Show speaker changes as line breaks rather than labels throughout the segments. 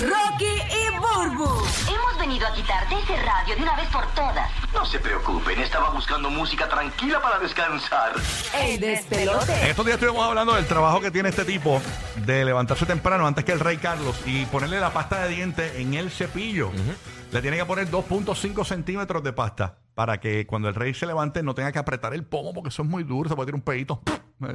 Rocky y Burbu.
Hemos venido a quitarte ese radio de una vez por todas.
No se preocupen, estaba buscando música tranquila para descansar.
El despelote.
En estos días estuvimos hablando del trabajo que tiene este tipo de levantarse temprano antes que el rey Carlos y ponerle la pasta de dientes en el cepillo. Le tiene que poner 2.5 centímetros de pasta para que cuando el rey se levante no tenga que apretar el pomo porque eso es muy duro, se puede tirar un pedito.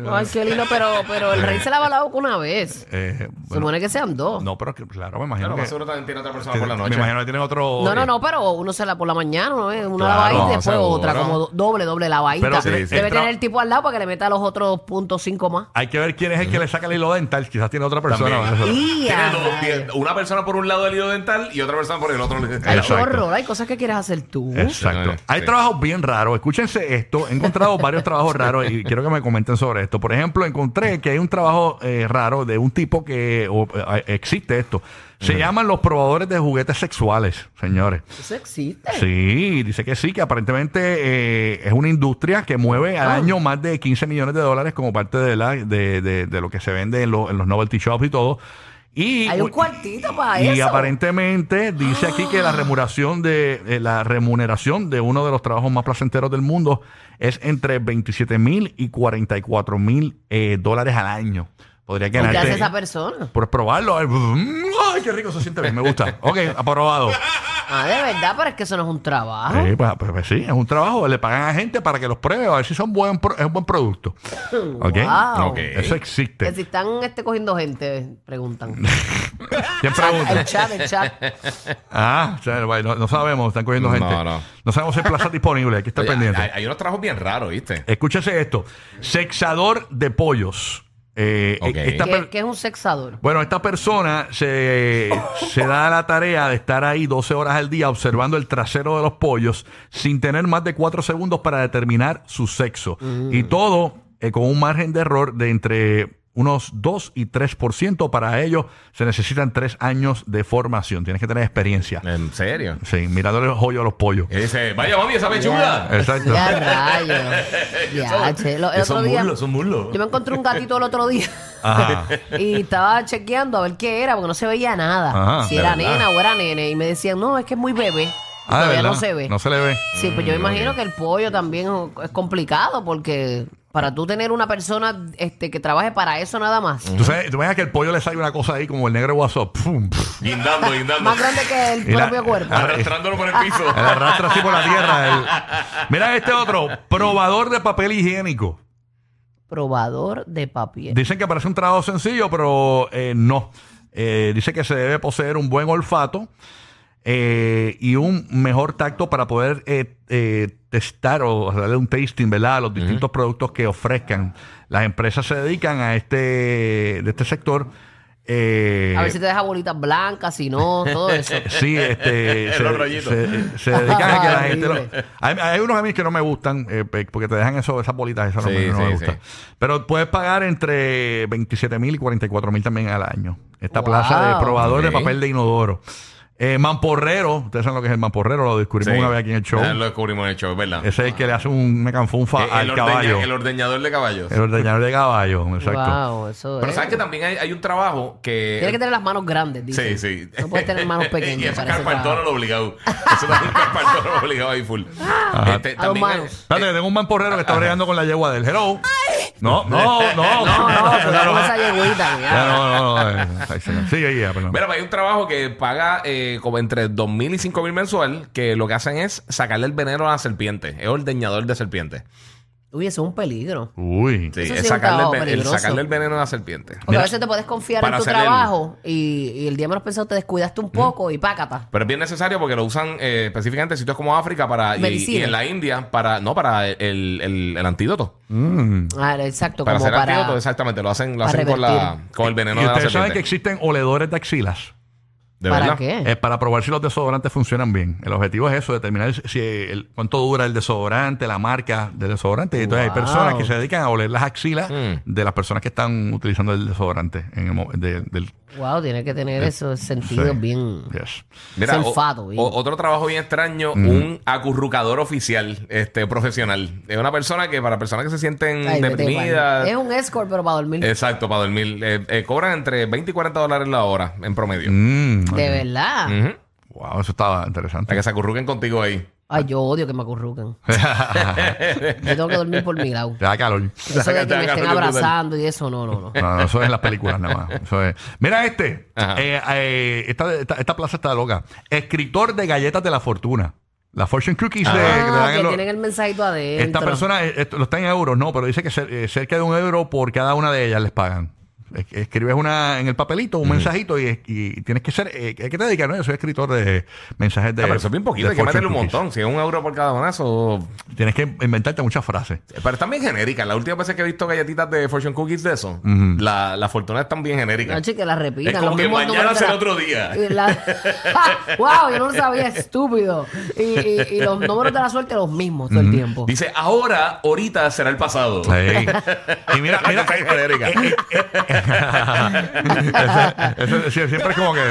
Ay, qué lindo, pero, pero el rey se lava la boca una vez.
Eh,
Se
bueno,
supone que sean dos. No,
no, pero que- claro, me imagino
Claro,
que...
más seguro también tiene otra persona
que-
por la
Me
noche.
imagino que tienen otro... eh,
no, no, pero uno se la por la mañana, ¿no? Eh, una
Claro,
lavadita y después
seguro.
otra, como do- doble, doble lavadita.
Pero sí,
Debe
sí.
tener
Pero-
el tipo al lado para que le meta los otros puntos cinco más.
Hay que ver quién es el que le saca el hilo dental, quizás tiene otra persona.
También.
Eso-
¡Y
Tiene
a
dos,
rayos!
tiene una persona por un lado del hilo dental y otra persona por el otro.
Ay, qué
Exacto.
horror. Hay cosas que quieres hacer tú.
Exacto.
Sí.
Hay trabajos bien raros. Escúchense esto. He encontrado varios trabajos raros y quiero que me comenten sobre esto. Por ejemplo, encontré que hay un trabajo eh, raro de un tipo que o, eh, existe esto. Se llaman los probadores de juguetes sexuales, señores.
Eso existe.
Sí, dice que sí, que aparentemente eh, es una industria que mueve
Ah.
al año más de 15 millones de dólares como parte de, la, de, de- de lo que se vende en, lo- en los novelty shops y todo. Y,
Hay un cuartito para
y
eso.
aparentemente dice aquí que la remuneración de eh, la remuneración de uno de los trabajos más placenteros del mundo es entre 27 mil y 44 mil eh, dólares al año. Podría
¿Y ¿Qué hace
ganarte
esa persona?
por probarlo. Ay, mm, ay, qué rico se siente bien, me gusta. Ok, aprobado.
Ah, de verdad, pero es que eso no es un trabajo.
Sí, pues, pues, pues sí, es un trabajo. Le pagan a gente para que los pruebe a ver si son buen pro- es un buen producto. ¿Ok?
Wow.
Ok.
Eso existe.
Mm, Que si están este, cogiendo gente, preguntan.
¿Quién
el
pregunta?
chat, el chat.
Ah, o sea, bueno, no, sabemos, están cogiendo
No,
gente.
no.
No sabemos si hay plazas disponibles, hay que estar
Oye,
pendiente.
Hay, hay unos trabajos bien raros, ¿viste?
Escúchese esto. Sexador de pollos. Eh,
Ok.
esta per-
que, que es un sexador.
bueno, esta persona se, se da la tarea de estar ahí 12 horas al día observando el trasero de los pollos sin tener más de 4 segundos para determinar su sexo. Y todo eh, con un margen de error de entre unos 2 y 3%. Para ello se necesitan 3 años de formación. Tienes que tener experiencia.
En serio.
Sí, mirándole los hoyos a los pollos.
Y dice, vaya mami, esa pechuga.
Exacto.
Ya rayos. Ya, che. Lo- el otro
son
día,
muslos, son muslos.
Yo me encontré un gatito el otro día.
Ajá.
Y estaba chequeando a ver qué era, porque no se veía nada.
Ajá,
si
de
era
verdad.
nena o era nene. Y me decían, no, es que es muy bebé. Y
Ah, de
todavía no
verdad.
se ve.
No Mm, se le ve.
Sí, pues yo me imagino que el pollo también es complicado, porque para tú tener una persona este, que trabaje para eso nada más.
Tú sabes, tú imaginas que el pollo le sale una cosa ahí como el negro WhatsApp. Pum, pum.
Guindando, guindando.
Más grande que el
Y la-
propio cuerpo.
Arrastrándolo por el piso.
El arrastra así por la tierra. el- Mira este otro, probador de papel higiénico.
Probador de papel.
Dicen que parece un trabajo sencillo, pero eh, no. Eh, dice que se debe poseer un buen olfato eh, y un mejor tacto para poder eh, eh, testar o darle un tasting, ¿verdad? A los distintos productos que ofrezcan. Las empresas se dedican a este, de este sector. eh,
A ver si te deja bolitas blancas, si no, todo eso.
Sí, este,
Los
se,
rollitos.
se, se dedican a que la
Ay,
gente... lo-
horrible.
hay, hay unos a mí que no me gustan eh, pe- porque te dejan eso, esas bolitas, eso no
Sí,
me- no, me
sí,
gusta.
sí.
Pero puedes pagar entre 27 mil y 44 mil también al año. Esta
Wow.
plaza de probador
Ok.
de papel de inodoro. Eh, mamporrero, ustedes saben lo que es el mamporrero, lo descubrimos
Sí.
una vez aquí en el show.
Ah, Lo descubrimos en el show, ¿verdad?
Ese es el que le hace un, una canfunfa
Eh,
al
el, ordeña-
caballo.
el ordeñador de caballos.
El ordeñador de caballo, exacto.
Wow, eso
Pero
es.
sabes que también hay, hay un trabajo que.
Tienes que tener las manos grandes, dice.
Sí, sí.
No puedes tener manos
y
pequeñas
eso es
para ese
carpantoro
trabajo.
lo obligado. Eso también es carpantoro lo obligado ahí full. Este,
A
también
los
hay-
manos.
Espérate, que tengo un mamporrero que está bregando con la yegua del hello. No, no, no.
No, no, cuidado con esa yegüita,
Ya,
cuidado.
no, no, no, eh, ahí se me- Sí, ahí, ya, perdón.
Mira, pues, hay un trabajo que paga eh, como entre 2.000 y 5.000 mensual, que lo que hacen es sacarle el veneno a la serpiente. Es ordeñador de serpiente.
Uy, eso es un peligro.
Uy.
Sí,
Eso sí es
es
un
sacarle el,
trabajo
ven- el
peligroso.
sacarle el veneno a la serpiente.
Porque a veces te puedes confiar en
Para
tu
hacer el- Mm.
trabajo y, y el día menos pensado te descuidaste un poco y pácata.
Pero es bien necesario porque lo usan eh, específicamente en sitios como África para y,
Medicina.
y en la India para no para el, el- el antídoto.
Mm.
Ah, exacto,
para
como
hacer antídoto,
para...
exactamente. Lo hacen, lo
para
hacen con, la,
revertir.
con el veneno
Y
de la
ustedes saben
serpiente.
que existen oledores de axilas.
¿De
¿Para
verdad? Eh.
qué?
Es para probar si los desodorantes funcionan bien. El objetivo es eso, determinar si el- cuánto dura el desodorante, la marca del desodorante. Y entonces hay
Wow.
personas que se dedican a oler las axilas
Mm.
de las personas que están utilizando el desodorante en el mo- de- del
Wow, tiene que
Eh.
tener esos sentidos
Sí.
bien.
Yes.
Mira,
Se
o-
enfado, bien.
o- otro trabajo bien extraño, un acurrucador oficial, este profesional. Es una persona que para personas que se sienten
Ay, vete,
deprimidas,
Juan. es un escort, pero para dormir.
exacto, para dormir, eh, eh, cobran entre 20 y 40 dólares la hora en promedio.
Mm,
De verdad.
Ujú.
wow, eso estaba
Para
interesante.
que se acurruquen contigo ahí.
Ay, yo odio que me acurrucan. yo tengo que dormir por mi lado.
Te da calor.
Eso de que
Te
me estén
acurrucan.
abrazando y eso, no, no, no.
No, no, eso es en las películas nada más. Eso es. Mira este.
Ajá.
Eh, eh, esta, esta- esta plaza está loca. Escritor de galletas de la fortuna. La Fortune Cookies de- que te
Ah,
dan en
que
lo-
tienen el mensajito adentro.
Esta persona, eh, esto- lo está en euros, no, pero dice que cer- eh, cerca de un euro por cada una de ellas les pagan. Es- Escribes una en el papelito, un mensajito y, y tienes que ser. Eh, ¿A qué te dedicas? No, yo soy escritor de mensajes de.
Ah, pero eso es bien poquito,
de
hay que
Fortune
meterle un
Cookies.
montón. Si es un euro por cada bonazo.
Tienes que inventarte muchas frases.
Pero están bien genéricas. La última vez que he visto galletitas de Fortune Cookies de eso, la, la fortuna están bien genéricas.
No, che, que la repitan.
Es como
los
que
mismos
mañana
números de
será
la-
otro día.
y la- wow, yo no lo sabía, estúpido. Y, y- y los números de la suerte los mismos todo el tiempo.
Mm. Dice, ahora, ahorita será el pasado.
Sí. Y mira, mira.
Está genérica.
Eso- eso sie- siempre es como que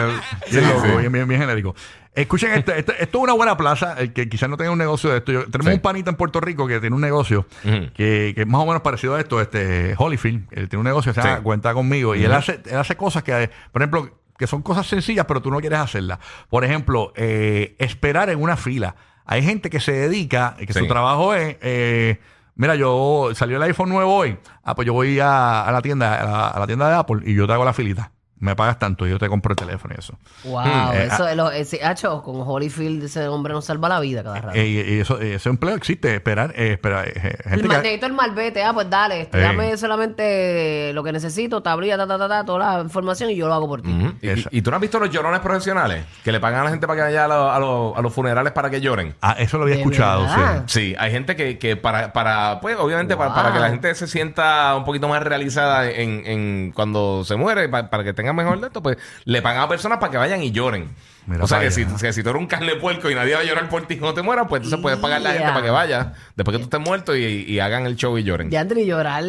bien, loco, bien- bien- bien genérico. Escuchen, este- este- esto es una buena plaza, el que quizás no tenga un negocio de esto. Yo- tenemos
Sí.
un panita en Puerto Rico que tiene un negocio
Ujú.
que, que es más o menos parecido a esto, este Holyfield. Él tiene un negocio que se llama
Sí.
Cuenta conmigo y él, hace, él hace cosas que, por ejemplo, que son cosas sencillas, pero tú no quieres hacerlas. Por ejemplo, eh, esperar en una fila. Hay gente que se dedica, que
Sí.
su trabajo es... eh, Mira, yo salió el iPhone nuevo hoy. Ah, pues yo voy a, a la tienda, a la, a la tienda de Apple y yo te hago la filita. Me pagas tanto y yo te compro el teléfono y eso.
Wow,
Mm,
eh,
ah.
eso de los ese- hacho, con Holyfield ese hombre nos salva la vida cada rato.
Eh, y, y eso, ese empleo existe, esperar, eh, esperar, eh, gente
el
que-
ma- necesito el malvete, ah, pues dale,
Eh.
este,
Ey.
dame solamente lo que necesito, tablilla, ta, ta, ta, ta, toda la información y yo lo hago por ti.
Ujú. ¿Y-
¿Mm? Esa.
¿Y, y tú no has visto los llorones profesionales? Que le pagan a la gente para que vaya a, lo- a lo- a los funerales para que lloren.
Ah, eso lo había
¿De
escuchado,
verdad?
sí.
Sí, hay gente que, que para, para, pues obviamente para, para
Wow.
que la gente se sienta un poquito más realizada en, en cuando se muere, pa- para, que tenga mejor de esto, pues le pagan a personas para que vayan y lloren.
Mira
o sea,
para
que si,
allá.
que si tú eres un carne de puerco y nadie va a llorar por ti cuando te mueras, pues entonces puedes pagarle a la gente
Ya.
para que vaya después que tú estés muerto y, y hagan el show y lloren.
De Andri, llorar,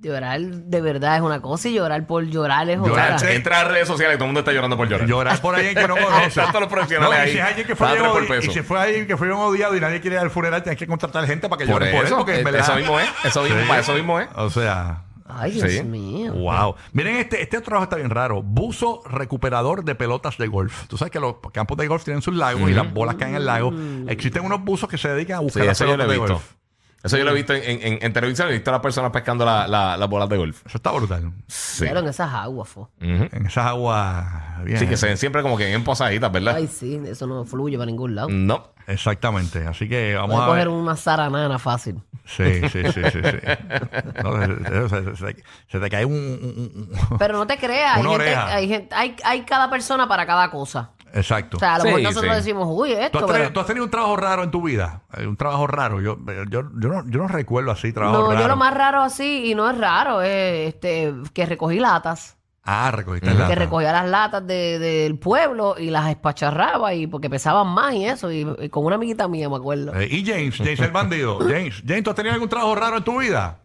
llorar de verdad es una cosa y llorar por llorar es
O sea,
otra.
entra a redes sociales y todo el mundo está llorando por llorar.
Llorar por alguien que no conoce.
Están todos los profesionales
No, y
ahí.
si es alguien que fue
Cada tres
bien
por
odi-
peso.
y si fue alguien que fue bien odiado y nadie quiere ir al funeral, tienes que contratar gente para que
Por
llore por él.
eso,
porque en
eh,
verdad-
eso mismo es, eso mismo,
Sí.
para eso mismo es.
O sea,
Ay, Dios
Sí.
mío.
wow. Miren, este, este trabajo está bien raro. Buzo recuperador de pelotas de golf. Tú sabes que los campos de golf tienen sus lagos y las bolas caen en el lago. Existen unos buzos que se dedican a
Sí,
buscar las
eso yo lo
pelotas
he
de
visto.
golf. Mm.
Eso yo lo he visto en, en- en- en televisión, he visto a las personas pescando la- la- las bolas de golf.
Eso está brutal.
Sí.
Claro, en esas aguas, fo.
Ujú.
En esas aguas. Bien.
Sí, que se ven siempre como que bien posaditas, ¿verdad?
Ay, sí, eso no fluye para ningún lado.
No.
Exactamente. Así que vamos
Voy a
a ver.
coger una zaranana fácil.
Sí, sí, sí, sí. sí. No, se, se- se- se te cae un- un- un...
Pero no te creas, hay
Una
gente,
oreja.
hay, gente- hay, hay cada persona para cada cosa.
Exacto.
O sea, a lo
Sí,
mejor nosotros
sí.
decimos, uy,
¿Tú has,
esto,
tenido,
pero...
tú has tenido un trabajo raro en tu vida? Eh, Un trabajo raro. Yo, eh, yo, yo, no, yo no recuerdo así trabajo
No,
raro.
yo lo más raro así, y no es raro, es este, que recogí latas.
Ah, recogiste
Ujú.
lata.
Que recogía las latas de- del pueblo y las espacharraba y porque pesaban más y eso. Y, y con una amiguita mía, me acuerdo.
Eh, y James, James el bandido. James, James, ¿tú has tenido algún trabajo raro en tu vida?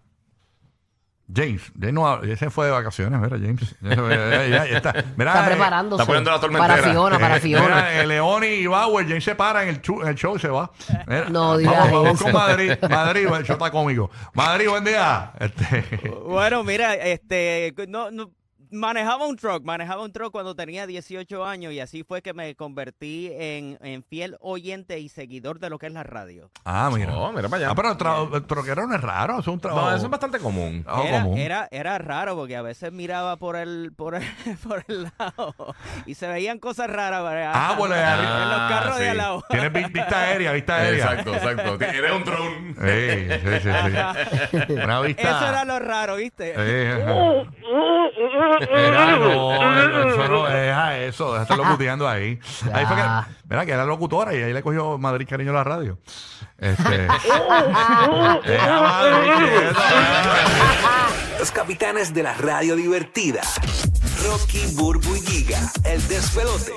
James, James no habla. Ese fue de vacaciones, mira, James. Ya se- ya- ya- ya está. Mira,
Está
eh,
preparándose.
está poniendo la tormentera.
para Fiona, para
eh,
Fiona.
mira, eh, Leoni y Bauer, James se para en el, chu- en el show y se va. Mira,
No digas
vamos, vamos
eso.
con Madrid. Madrid, el show está cómico. Madrid, buen día. Este,
Bueno, mira, este, no, no- manejaba un truck, manejaba un truck cuando tenía 18 años y así fue que me convertí en, en fiel oyente y seguidor de lo que es la radio.
ah, mira.
Oh, mira para allá.
Ah, pero tra- el troquero no Ah, es raro, es un trabajo.
No, eso es bastante común.
trabajo
era,
común.
era, era raro porque a veces miraba por el, por el, por el lado y se veían cosas raras ¿verdad?
Ah, bueno,
en,
ah,
los carros de
sí.
al lado.
Tienes vi- vista aérea, vista aérea.
Exacto, exacto. T- Eres un drone.
Sí, sí, sí, sí. Una vista.
Eso era lo raro, ¿viste?
Eh, ajá. Era, no, eso no, deja eso, deja estar locuteando ahí. Ahí fue que, mira, que era locutora y ahí le cogió Madrid cariño a la radio. Este. Deja Madrid, quieta.
Los capitanes de la radio divertida. Rocky, Burbu y Giga. El despelote.